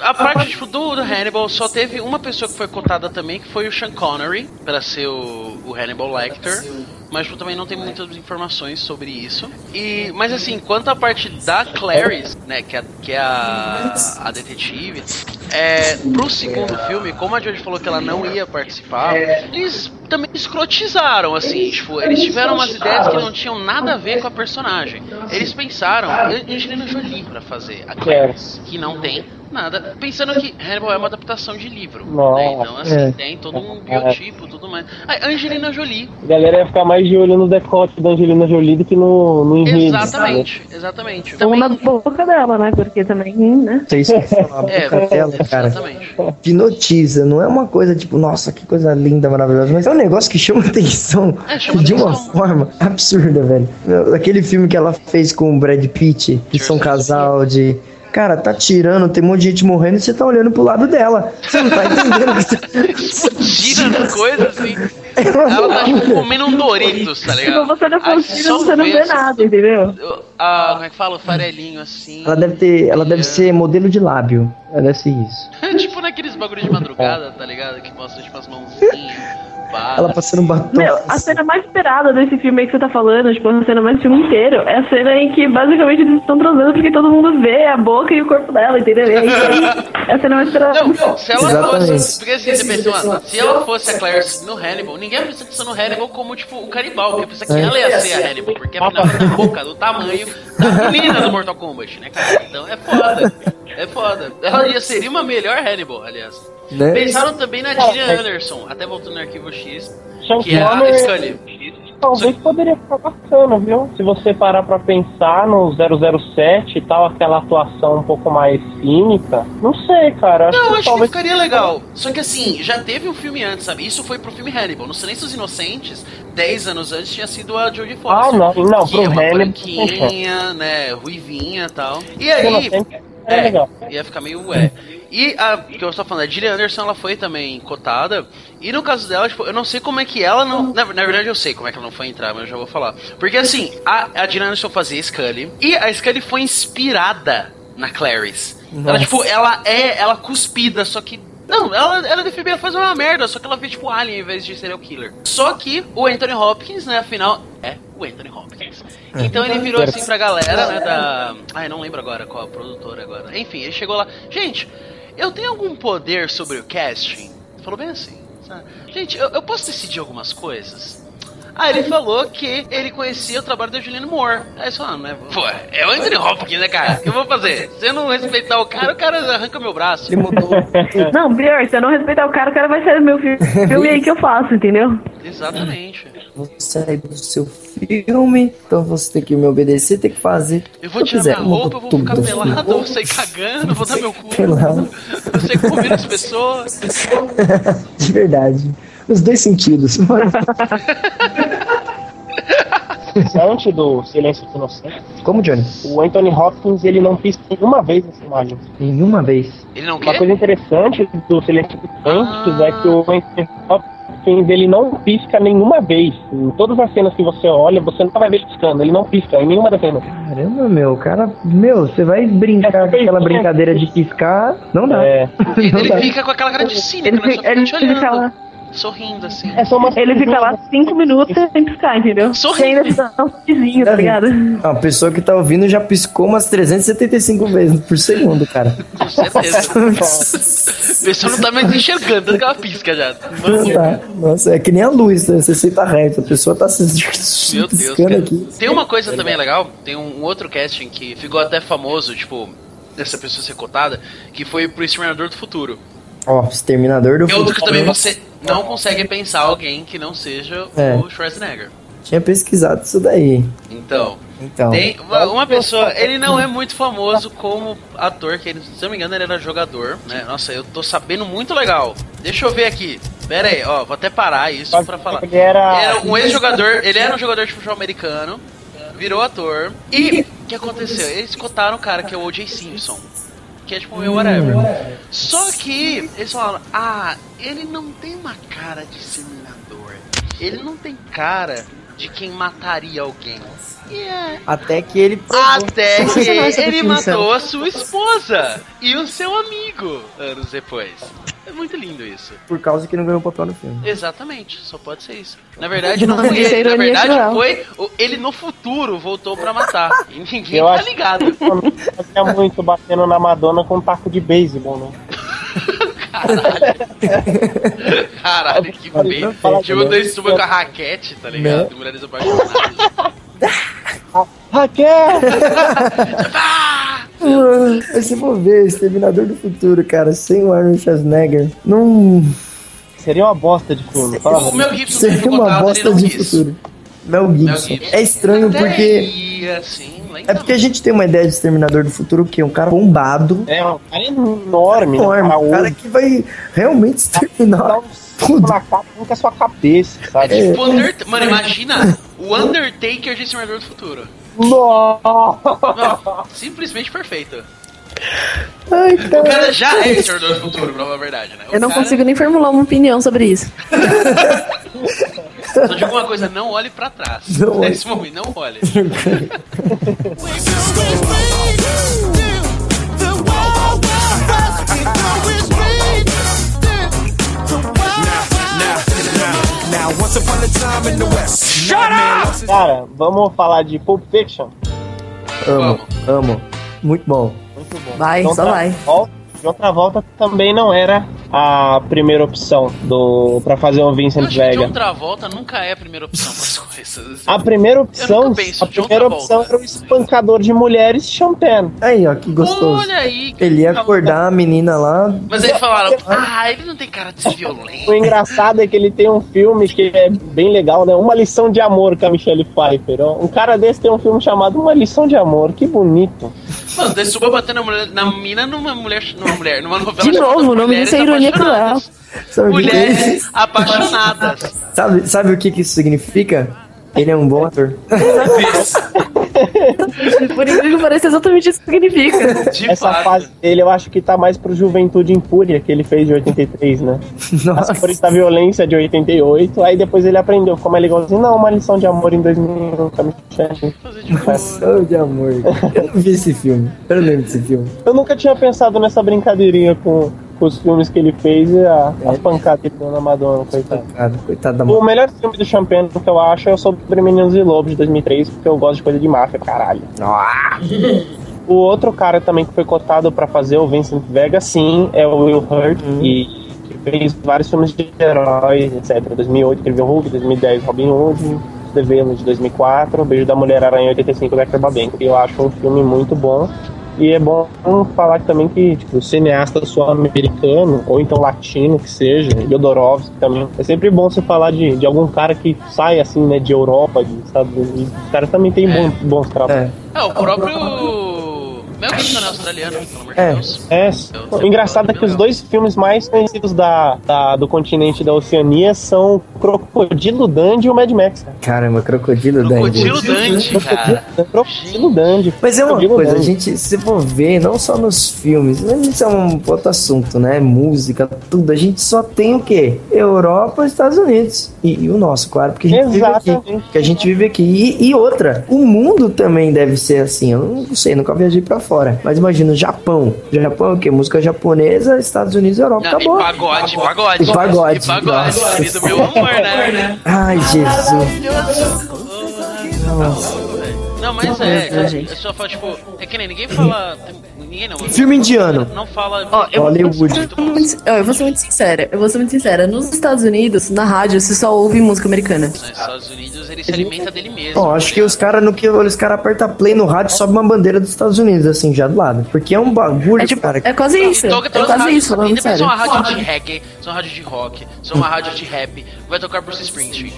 Speaker 1: A parte tipo, do, do Hannibal só teve uma pessoa que foi cotada também, que foi o Sean Connery, pra ser o, o Hannibal Lecter mas tipo, também não tem muitas informações sobre isso. E, mas assim, quanto à parte da Clarice, né, que é, que é a, a detetive, é, pro segundo filme, como a Jodie falou que ela não ia participar, eles também escrotizaram, assim, tipo, eles tiveram umas ideias que não tinham nada a ver com a personagem. Eles pensaram, em Angelina Jolie pra fazer a Clarice, que não tem nada, pensando que Hannibal é uma adaptação de livro, né, então assim,
Speaker 7: É.
Speaker 1: tem todo um biotipo, tudo mais. Aí, Angelina Jolie,
Speaker 3: A galera ia ficar mais de olho no decote da Angelina Jolie do que no, no enredo.
Speaker 1: Exatamente, exatamente.
Speaker 7: É
Speaker 8: Ou
Speaker 1: Também,
Speaker 8: na boca dela, né? Porque também, né?
Speaker 7: Tem isso que falar,
Speaker 1: é,
Speaker 7: boca dela, cara.
Speaker 1: exatamente.
Speaker 7: hipnotiza, não é uma coisa tipo, nossa, que coisa linda, maravilhosa, mas é um negócio que chama [LAUGHS] atenção
Speaker 1: É, chama
Speaker 7: de uma
Speaker 1: atenção.
Speaker 7: forma absurda, velho. Meu, Aquele filme que ela fez com o Brad Pitt, de São Casal, de. Cara, tá tirando, tem um monte de gente morrendo e você tá olhando pro lado dela. Você não tá entendendo. o que tá-
Speaker 1: [LAUGHS] Gira coisa assim.
Speaker 7: É uma
Speaker 1: Ela tá tipo,
Speaker 7: loucura.
Speaker 1: comendo um Doritos, tá
Speaker 8: Tipo,
Speaker 1: ligado?
Speaker 8: você não
Speaker 1: Aí
Speaker 8: funciona,
Speaker 1: só
Speaker 8: você não
Speaker 1: vê
Speaker 8: vê
Speaker 1: essa-
Speaker 8: nada, entendeu?
Speaker 1: Ah, como é que fala? O farelinho assim.
Speaker 7: Ela deve ter. Ela deve ser modelo de lábio. Ela deve ser
Speaker 1: [LAUGHS]
Speaker 7: isso.
Speaker 1: tipo naqueles bagulho de madrugada, tá ligado? Que mostra tipo as mãozinhas. pá. tá
Speaker 7: Ela passando um batom.
Speaker 8: Meu, a cena mais esperada desse filme aí que você tá falando, tipo, a cena mais do filme inteiro, é a cena em que basicamente eles estão transando porque todo mundo vê a boca e o corpo dela, entendeu? E
Speaker 1: [LAUGHS]
Speaker 8: aí, é a cena mais esperada.
Speaker 1: Não, se ela
Speaker 7: Exatamente.
Speaker 1: fosse. Porque assim, você pensa, mano, se ela fosse a Clarice no Hannibal, ninguém pensa que no Hannibal como, tipo, o canibal, porque pensa que
Speaker 3: É.
Speaker 1: ela ia ser a Hannibal, porque é afinal ela tem a boca do tamanho da menina do Mortal Kombat, né, cara? Então é foda. É foda. Ela ia seria uma melhor Hannibal, aliás.
Speaker 7: né?
Speaker 1: Pensaram também na
Speaker 3: É.
Speaker 1: Gillian Anderson, até voltando no arquivo X,
Speaker 3: Sean
Speaker 1: que é a
Speaker 3: Connery-
Speaker 1: Scully.
Speaker 3: Talvez poderia ficar bacana, viu? Se você parar pra pensar no 007 e tal, aquela atuação um pouco mais cínica, não sei, cara.
Speaker 1: Não, acho que
Speaker 3: talvez
Speaker 1: ficaria legal. Só que assim, já teve um filme antes, sabe? Isso foi pro filme Hannibal. No Silêncio dos Inocentes, 10 anos antes, tinha sido a Jodie
Speaker 3: Ah,
Speaker 1: Foster.
Speaker 3: não, não,
Speaker 1: Que
Speaker 3: pro
Speaker 1: é uma
Speaker 3: Hannibal.
Speaker 1: branquinha, né? Ruivinha e tal. E aí.
Speaker 3: Inocente, é
Speaker 1: É,
Speaker 3: legal.
Speaker 1: ia ficar meio ué. E a que eu estou falando, a Gillian Anderson, ela foi também cotada. E no caso dela, tipo, eu não sei como é que ela não. Na, na verdade, eu sei como é que ela não foi entrar, mas eu já vou falar. Porque assim, a, a Gillian Anderson fazia Scully. E a Scully foi inspirada na Clarice. Ela,
Speaker 7: Nossa.
Speaker 1: tipo, ela é. Ela cuspida, só que. Não, ela, ela do FBI faz uma merda, só que ela vê tipo Alien em vez de serial killer. Só que o Anthony Hopkins, né, afinal, é o Anthony Hopkins. Então ele virou assim pra galera, né, da... Ai, não lembro agora qual a produtora agora. Enfim, ele chegou lá... Gente, eu tenho algum poder sobre o casting? Ele Falou bem assim. Sabe? Gente, eu, eu posso decidir algumas coisas? Aí ele falou que ele conhecia o trabalho do Juliano Moore. Aí você falou, ah, mas, pô, é o Anthony Hopkins, né, cara? O que eu vou [LAUGHS] fazer? Se eu não respeitar o cara, o cara arranca meu braço.
Speaker 7: Ele mudou.
Speaker 1: é.
Speaker 8: Não, pior, se eu não respeitar o cara, o cara vai sair do meu filme. filme aí que eu faço, entendeu?
Speaker 1: [LAUGHS] Exatamente.
Speaker 7: Vou sair é do seu filme, então você tem que me obedecer, tem que fazer. o que
Speaker 1: Eu vou tirar
Speaker 7: quiser.
Speaker 1: minha roupa, eu
Speaker 7: Mudou
Speaker 1: vou ficar
Speaker 7: tudo.
Speaker 1: pelado, eu vou sair cagando, eu vou dar meu cu,
Speaker 7: Pelado.
Speaker 1: eu sei comer as pessoas.
Speaker 9: De verdade. Nos dois sentidos.
Speaker 3: Antes do Silêncio dos Inocentes,
Speaker 7: [LAUGHS] Como, Johnny?
Speaker 3: o Anthony Hopkins ele não pisca nenhuma vez nessa imagem.
Speaker 7: Nenhuma vez.
Speaker 1: Ele não
Speaker 3: Uma
Speaker 1: quer?
Speaker 3: coisa interessante do Silêncio dos Inocentes é que o Anthony Hopkins ele não pisca nenhuma vez. Em todas as cenas que você olha, você nunca vai ver ele piscando. Ele não pisca em nenhuma das cenas.
Speaker 7: Caramba, meu, cara. Meu, você vai brincar com aquela brincadeira de piscar? Não dá.
Speaker 3: É,
Speaker 7: Não
Speaker 1: Ele
Speaker 7: dá.
Speaker 1: fica com aquela cara de cínico,
Speaker 8: Ele,
Speaker 1: né? Só
Speaker 8: fica,
Speaker 1: fica
Speaker 8: ele,
Speaker 1: te
Speaker 8: fica lá,
Speaker 1: olhando, sorrindo assim.
Speaker 3: é só uma
Speaker 8: ele fica lá cinco minutos sem piscar, entendeu?
Speaker 1: Sorrindo.
Speaker 8: E ainda dá um vizinho, tá ligado?
Speaker 7: A pessoa que tá ouvindo já piscou umas 375 vezes por segundo, cara. [LAUGHS]
Speaker 1: Com certeza. A pessoa não tá mais enxergando, tanto que ela pisca já. Mano,
Speaker 7: Tá. Nossa, é que nem a luz, né? Você senta reto, a pessoa tá se se
Speaker 1: meu Deus,
Speaker 7: piscando
Speaker 1: cara.
Speaker 7: aqui. é
Speaker 1: Tem uma coisa também legal, tem um outro casting que ficou até famoso, tipo, dessa pessoa ser cotada, que foi pro Exterminador do Futuro.
Speaker 7: Ó, exterminador do
Speaker 1: É um outro que também
Speaker 7: Futuro.
Speaker 1: você não consegue pensar alguém que não seja
Speaker 7: É.
Speaker 1: o Schwarzenegger.
Speaker 7: Tinha pesquisado isso daí.
Speaker 1: Então,
Speaker 7: Então.
Speaker 1: tem uma, uma pessoa, ele não é muito famoso como ator, que ele, se eu não me engano ele era jogador, né? Nossa, eu tô sabendo muito legal. Deixa eu ver aqui. Pera aí, ó, vou até parar isso pra falar.
Speaker 3: Ele era...
Speaker 1: Era um ex-jogador, ele era um jogador de futebol americano, virou ator. E o que aconteceu? Eles cotaram o cara que é o O.J. Simpson. Que é tipo meu whatever. Só que eles falaram, ah, ele não tem uma cara de seminador. Ele não tem cara de quem mataria alguém. E é.
Speaker 7: Até que ele. é.
Speaker 1: Até que
Speaker 9: Nossa,
Speaker 1: ele
Speaker 9: que função.
Speaker 1: matou a sua esposa e o seu amigo anos depois. É muito lindo isso.
Speaker 7: Por causa que não ganhou papel no filme.
Speaker 1: Exatamente, só pode ser isso. Na verdade, não
Speaker 2: Isso
Speaker 1: foi
Speaker 2: é
Speaker 1: ele. Na
Speaker 2: ironia
Speaker 1: verdade,
Speaker 2: geral.
Speaker 1: foi. o- Ele no futuro voltou pra matar. E ninguém
Speaker 3: Eu
Speaker 1: tá
Speaker 3: acho-
Speaker 1: ligado.
Speaker 7: [LAUGHS]
Speaker 3: fazia muito batendo na Madonna com um taco de beisebol, né?
Speaker 1: Caralho, que bem.
Speaker 3: fala
Speaker 1: Tipo,
Speaker 3: que
Speaker 1: dois suba com a raquete, tá ligado? Mulheres
Speaker 7: [LAUGHS]
Speaker 1: apaixonadas. né,
Speaker 3: Raquel!
Speaker 7: Ah, Aí você for ver, Exterminador do Futuro, cara, sem o Arnold Schwarzenegger, não.
Speaker 3: Seria uma bosta de filme. Fala,
Speaker 1: O meu Gibson foi
Speaker 7: Seria uma
Speaker 1: botado,
Speaker 7: bosta
Speaker 1: ele não
Speaker 7: de
Speaker 1: quis.
Speaker 7: futuro. Mel
Speaker 1: Mel
Speaker 7: Gibson.
Speaker 1: Gibson.
Speaker 7: É estranho
Speaker 1: Até
Speaker 7: porque.
Speaker 1: ia, assim, lá em
Speaker 7: É porque a gente tem uma ideia de Exterminador do Futuro que é um cara bombado,
Speaker 3: É um cara enorme.
Speaker 7: enorme,
Speaker 3: né?
Speaker 7: um cara que vai realmente exterminar
Speaker 3: dá um soco
Speaker 7: tudo.
Speaker 3: na capa, nunca a sua cabeça, sabe?
Speaker 7: É.
Speaker 1: O Under- Mano, imagina o Undertaker de Exterminador do Futuro.
Speaker 3: Nossa!
Speaker 1: Não, simplesmente perfeito.
Speaker 7: Ai,
Speaker 1: O
Speaker 7: cara.
Speaker 1: cara já é Exterminador do Futuro, pra falar a verdade, né? O
Speaker 2: Eu não
Speaker 1: cara-
Speaker 2: consigo nem formular uma opinião sobre isso.
Speaker 1: Só digo uma coisa, não olhe pra trás.
Speaker 7: Não olhe.
Speaker 1: Nesse momento, não
Speaker 2: [LAUGHS]
Speaker 1: olhe.
Speaker 5: Now, once upon a time in the
Speaker 3: [LAUGHS]
Speaker 5: West.
Speaker 3: Cara, vamos falar de Pulp Fiction.
Speaker 7: Amo, amo. Muito bom.
Speaker 3: Muito bom.
Speaker 2: Vai, É, só
Speaker 3: Tra-
Speaker 2: vai.
Speaker 3: Vol- John Travolta também não era a primeira opção do para fazer um
Speaker 1: Eu
Speaker 3: Vincent
Speaker 1: acho que John
Speaker 3: Vega.
Speaker 1: Travolta nunca é a primeira opção das [LAUGHS] coisas. assim.
Speaker 2: Ah,
Speaker 3: A primeira opção,
Speaker 1: penso
Speaker 3: a
Speaker 1: John
Speaker 3: primeira
Speaker 1: Travolta.
Speaker 3: opção era o espancador de mulheres Champagne.
Speaker 7: Aí, ó, que gostoso.
Speaker 1: Olha aí. que
Speaker 7: Ele ia
Speaker 2: é-
Speaker 1: legal.
Speaker 7: acordar a menina lá.
Speaker 1: Mas eles falaram, ah, ele não tem cara de ser violento.
Speaker 3: O engraçado é que ele tem um filme que é bem legal, né? Uma lição de amor com a Michelle Pfeiffer. ó. Um cara desse tem um filme chamado Uma lição de amor, que bonito.
Speaker 1: Mano, daí suba batendo na, mulher, na mina numa mulher, numa mulher, numa novela.
Speaker 2: De
Speaker 1: chamada
Speaker 2: novo, o nome
Speaker 1: Mulheres
Speaker 2: disso é ironia
Speaker 1: Apaixonadas.
Speaker 7: Sabe, o que que é isso?
Speaker 1: Mulheres apaixonadas.
Speaker 7: sabe, sabe o que, que isso significa? Ele é um bom ator.
Speaker 2: Por incrível que pareça, é exatamente isso que significa.
Speaker 1: De
Speaker 3: Essa
Speaker 1: fato.
Speaker 3: fase dele eu acho que tá mais pro Juventude Impúria que ele fez de 83, né? [LAUGHS]
Speaker 7: Nossa.
Speaker 3: As cores da violência de 88. Aí depois ele aprendeu como é legalzinho. Não, uma lição de amor em tá 2001 com a Michelle.
Speaker 1: Fazer de boa.
Speaker 7: Coração de amor. Eu não vi esse filme. Eu não lembro desse filme.
Speaker 3: Eu nunca tinha pensado nessa brincadeirinha com, com os filmes que ele fez e a, as pancadas que ele deu na Madonna, coitado.
Speaker 7: Cara, coitado da
Speaker 3: O
Speaker 7: mão.
Speaker 3: melhor filme do Champagne que eu acho é o Sobre Meninos e Lobos de 2003, porque eu gosto de coisa de máfia, caralho. O outro cara também que foi cotado pra fazer o Vincent Vega, sim, é o Will Hurt, e que fez vários filmes de heróis, etc. 2008 escreveu Hulk, 2010 Robin Hood, Devemos de 2004, Beijo da Mulher Aranha 85 da Babenco. E eu acho um filme muito bom. E é bom falar também que tipo, o cineasta sul-americano, ou então latino que seja, Jodorowsky também, é sempre bom você falar de, de algum cara que sai assim, né, de Europa, de Estados Unidos. O cara também tem bons, bons trabalhos.
Speaker 7: É.
Speaker 1: É, o próprio. Mel Gibson é australiano, pelo amor de
Speaker 7: É.
Speaker 1: Deus.
Speaker 3: É,
Speaker 1: Eu-
Speaker 3: o
Speaker 1: tá
Speaker 3: engraçado é que os dois filmes mais conhecidos da, da- do continente da Oceania são Crocodilo Dandy e o Mad Max. cara.
Speaker 7: Caramba, crocodilo,
Speaker 1: Crocodilo
Speaker 7: Dandy.
Speaker 1: Dante, cara.
Speaker 3: Crocodilo Dandy.
Speaker 7: Mas é uma
Speaker 3: Crocodilo
Speaker 7: coisa, a
Speaker 3: Dundee.
Speaker 7: gente, se for ver, não só nos filmes, mas isso é um outro assunto, né? Música, tudo. A gente só tem o quê? Europa, Estados Unidos. E, e o nosso, claro, porque a gente vive aqui.
Speaker 3: Exatamente.
Speaker 7: Porque a gente vive aqui. E, e outra, o mundo também deve ser assim. Eu não sei, nunca viajei pra fora. Mas imagina, o Japão. O Japão é o quê? Música japonesa, Estados Unidos, Europa,
Speaker 2: Tá
Speaker 1: Não, e
Speaker 7: acabou.
Speaker 1: pagode, pagode.
Speaker 7: Tá E pagode.
Speaker 1: E pagode,
Speaker 7: Nossa.
Speaker 1: marido meu amor, né?
Speaker 7: Ai, Jesus.
Speaker 1: Não, mas
Speaker 2: né,
Speaker 1: é, é, é só fala, tipo, é que nem ninguém fala. Ninguém não.
Speaker 7: Filme indiano.
Speaker 1: Não fala.
Speaker 2: Ó, eu-
Speaker 7: Hollywood.
Speaker 1: Muito
Speaker 2: Eu,
Speaker 1: bom.
Speaker 2: muito- ó, eu vou ser muito sincera. Eu vou ser muito sincera. Nos Estados Unidos, na rádio, você só ouve música americana.
Speaker 1: Nos Estados Unidos ele se alimenta dele mesmo.
Speaker 7: Bom, acho que os caras, no que os caras apertam play no rádio, sobe uma bandeira dos Estados Unidos, assim, já do lado. Porque é um bagulho,
Speaker 2: É tipo,
Speaker 7: cara.
Speaker 2: é quase isso.
Speaker 1: Toca
Speaker 2: É
Speaker 1: todas as
Speaker 2: quase
Speaker 1: rádios,
Speaker 2: isso, falando
Speaker 1: Independente se é uma
Speaker 2: sério.
Speaker 1: rádio de reggae, se é uma rádio de rock, se é uma rádio de rap, vai tocar Bruce Springsteen.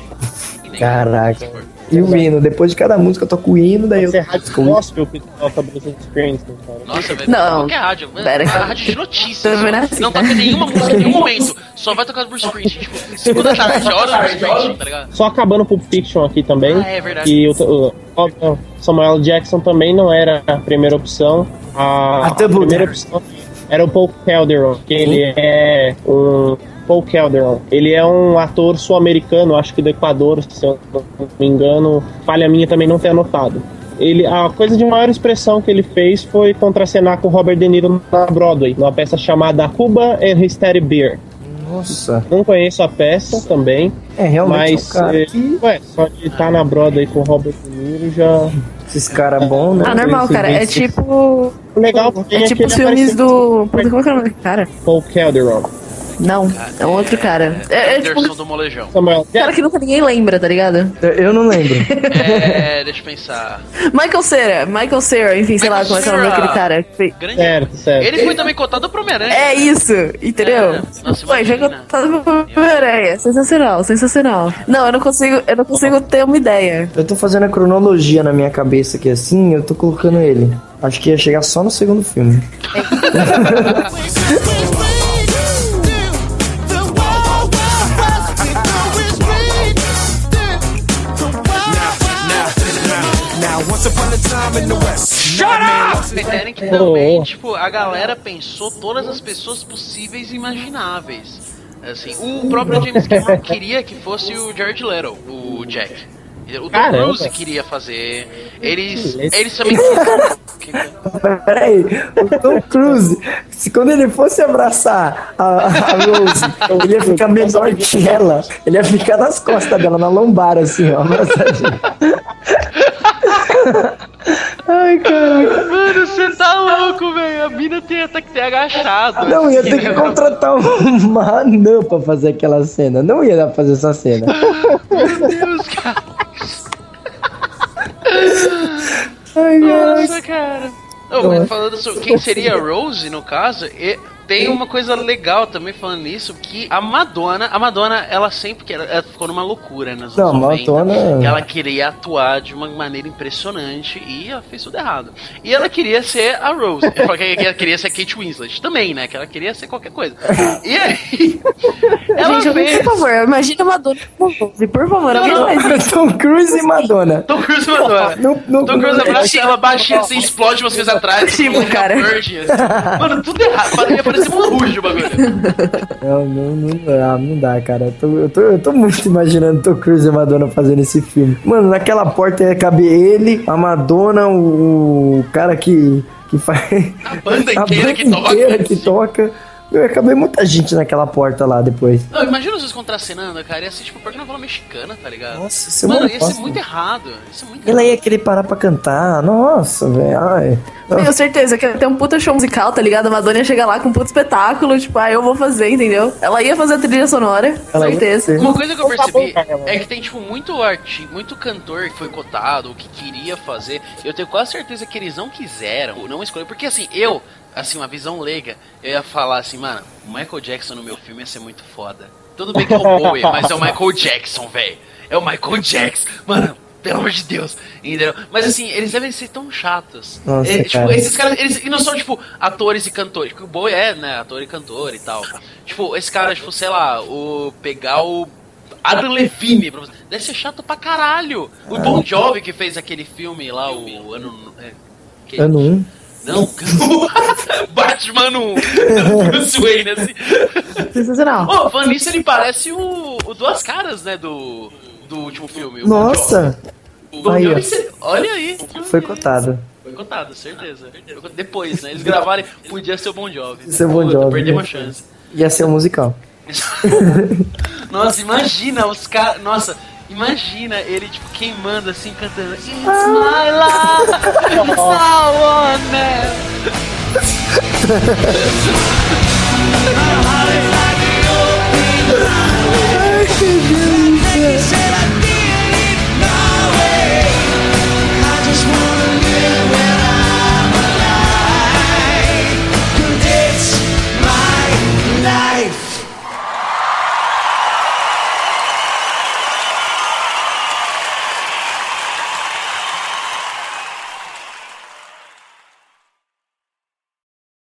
Speaker 1: E nem-
Speaker 7: Caraca. E o hino, depois de cada música eu toco o hino, daí eu.
Speaker 3: Você é rádio gospel que toca Bruce Springsteen, cara.
Speaker 1: Nossa, velho.
Speaker 2: Não.
Speaker 1: Qualquer rádio. mano,
Speaker 2: Pera.
Speaker 1: é rádio de notícias.
Speaker 2: Tô vendo
Speaker 1: mano.
Speaker 2: assim.
Speaker 1: Não toca nenhuma música em nenhum momento. Só vai tocar Bruce Springsteen.
Speaker 2: [LAUGHS]
Speaker 1: Tipo, segunda tarde, hora do Bruce Springsteen, tá ligado?
Speaker 3: Só acabando Pulp Fiction aqui também.
Speaker 1: Ah, é verdade.
Speaker 3: E o, o- óbvio, Samuel Jackson também não era a primeira opção. A,
Speaker 7: A Double
Speaker 3: primeira
Speaker 7: Dare.
Speaker 3: opção era o Paul Calderon, que ele é um. Paul Calderon. Ele é um ator sul-americano, acho que do Equador, se eu não me engano. Falha minha também não ter anotado. Ele, a coisa de maior expressão que ele fez foi contracenar com Robert De Niro na Broadway, numa peça chamada Cuba and History Beer.
Speaker 7: Nossa.
Speaker 3: Não conheço a peça também,
Speaker 7: É realmente
Speaker 3: mas,
Speaker 7: um cara
Speaker 3: eh,
Speaker 7: que.
Speaker 3: ué, só de estar na broda aí com o Robert De Niro já.
Speaker 7: Esses caras bons, né?
Speaker 2: Ah, normal, cara. É tipo.
Speaker 3: O legal porque
Speaker 2: É tipo os filmes do. Puta, Como é que é o nome do cara?
Speaker 3: Paul Calderon,
Speaker 2: Não, é outro cara. É, é tipo
Speaker 1: Anderson
Speaker 2: um
Speaker 1: do Molejão.
Speaker 3: Samuel
Speaker 2: cara
Speaker 3: Jackson,
Speaker 2: que nunca ninguém lembra, tá ligado?
Speaker 7: Eu- Eu não lembro.
Speaker 1: [LAUGHS] É, deixa eu pensar.
Speaker 2: Michael Cera, Michael Cera, enfim, sei lá como é que é o nome
Speaker 1: Cera.
Speaker 2: daquele cara. que fez-
Speaker 1: Grande.
Speaker 3: certo, certo.
Speaker 1: Ele foi também cotado pro Homem-Aranha.
Speaker 2: É isso, entendeu?
Speaker 1: É, nossa,
Speaker 2: Foi, já
Speaker 1: imagina.
Speaker 2: contado pro aranha. Sensacional, sensacional. Não, eu não consigo, eu
Speaker 1: Tá
Speaker 2: não consigo ter uma ideia.
Speaker 7: Eu tô fazendo a cronologia na minha cabeça aqui assim, eu tô colocando ele. Acho que ia chegar só no segundo filme.
Speaker 5: Now, once upon a time in the West.
Speaker 1: Percebem que também, tipo, a galera pensou todas as pessoas possíveis e imagináveis. Assim, o próprio James Cameron queria que fosse o Jared Leto, o Jack. O Tom
Speaker 3: Caramba.
Speaker 1: Cruise queria fazer. Eles,
Speaker 3: beleza.
Speaker 1: eles também. Que-
Speaker 7: Peraí, o Tom Cruise, se quando ele fosse abraçar a, a Rose, ele ia ficar menor que ela. Ele ia ficar nas costas dela, na lombar, assim, ó. abraçadinho. Ai, caraca.
Speaker 1: Mano, você tá louco, velho. A mina tem até que ter agachado.
Speaker 7: Não, ia
Speaker 1: [LAUGHS]
Speaker 7: ter que contratar um [LAUGHS] uma anã pra fazer aquela cena. Não ia dar pra fazer essa cena.
Speaker 1: Meu Deus, cara.
Speaker 7: Ai, caraca.
Speaker 1: Nossa, cara. Não, mas falando sobre quem seria a Rose, no caso, e- tem uma coisa legal também falando nisso, que a Madonna, a Madonna, ela sempre que ela, ela ficou numa loucura nas
Speaker 7: Não,
Speaker 1: anos 90,
Speaker 7: Madonna-
Speaker 1: que ela queria atuar de uma maneira impressionante e ela fez tudo errado. E ela queria ser a Rose, Eu falo que ela queria ser a Kate Winslet também, né? Que ela queria ser qualquer coisa. E aí, ela
Speaker 2: Gente,
Speaker 1: fez...
Speaker 2: por favor, imagina uma dona com Rose, por favor, alguém
Speaker 1: não.
Speaker 2: faz isso.
Speaker 7: [LAUGHS] Tom Cruise e Madonna.
Speaker 1: Tom Cruise e Madonna.
Speaker 7: Não, não,
Speaker 1: Tom Cruise
Speaker 7: não-
Speaker 1: abraça ela baixinha, assim, explode vocês atrás.
Speaker 2: Tipo,
Speaker 1: fica
Speaker 2: cara.
Speaker 1: verde, assim. Mano, tudo errado. Parecia parecer um rujo o bagulho.
Speaker 7: Não, não, não dá, não dá, cara. Eu tô, eu tô, eu tô muito imaginando Tom Cruise e a Madonna fazendo esse filme. Mano, naquela porta ia caber ele, a Madonna, o, o cara que, que faz. [LAUGHS]
Speaker 1: banda inteira que toca.
Speaker 7: inteira que toca. Eu acabei muita gente naquela porta lá depois.
Speaker 1: Não, imagina vocês contracenando, cara. Ia ser tipo porta-novela mexicana, tá ligado?
Speaker 7: Nossa, isso é
Speaker 1: Mano,
Speaker 7: muito
Speaker 1: ia ser
Speaker 7: fácil.
Speaker 1: muito errado. Ia ser muito
Speaker 7: Ela
Speaker 1: errado.
Speaker 7: ia querer parar pra cantar. Nossa, velho. Ai.
Speaker 2: Tenho certeza que tem um puta show musical, tá ligado? A Madonna ia chegar lá com um puta espetáculo, tipo, ah, eu vou fazer, entendeu? Ela ia fazer a trilha sonora,
Speaker 7: Ela ia
Speaker 2: certeza.
Speaker 7: fazer.
Speaker 1: Uma coisa que eu
Speaker 3: Então tá
Speaker 1: percebi
Speaker 3: bom, cara.
Speaker 1: é que tem, tipo, muito arti muito cantor que foi cotado, ou que queria fazer. Eu tenho quase certeza que eles não quiseram, ou não escolheram. Porque, assim, eu, assim, uma visão leiga, eu ia falar assim, mano, o Michael Jackson no meu filme ia ser muito foda. Tudo bem que é o Bowie, mas é o Michael Jackson, velho. É o Michael Jackson. Mano, pelo amor de Deus. Entendeu? Mas, assim, eles devem ser tão chatos.
Speaker 7: Nossa,
Speaker 1: É, tipo,
Speaker 7: cara.
Speaker 1: esses caras, eles e não são, tipo, atores e cantores. Porque o Bowie é, né, ator e cantor e tal. Tipo, esse cara, tipo, sei lá, o pegar o Adam Levine, pra você. Deve ser chato pra caralho. O
Speaker 7: É.
Speaker 1: Bon Jovi que fez aquele filme lá, o ano. É, que-
Speaker 7: Ano 1.
Speaker 1: Não, [LAUGHS] Batman 1. do Bruce Wayne, assim.
Speaker 2: Sensacional.
Speaker 1: Ô, oh, falando nisso, ele parece o, o Duas Caras, né, do, do último filme. o Bon
Speaker 7: Nossa,
Speaker 1: Jovi. O Bon
Speaker 7: Aí,
Speaker 1: Jovi,
Speaker 7: ó.
Speaker 1: se- olha aí.
Speaker 7: foi cotado.
Speaker 1: Foi cotado, certeza. Depois, né? Eles gravarem, podia ser o Bon Jovi.
Speaker 7: Ser o Bon
Speaker 1: Puta,
Speaker 7: Jovi,
Speaker 1: Perdemos
Speaker 7: né?
Speaker 1: a chance. [LAUGHS]
Speaker 7: Ia ser um musical.
Speaker 1: Nossa, imagina os caras. Nossa, imagina ele tipo queimando assim, cantando It's my
Speaker 7: Ah,
Speaker 1: life, it's all one man.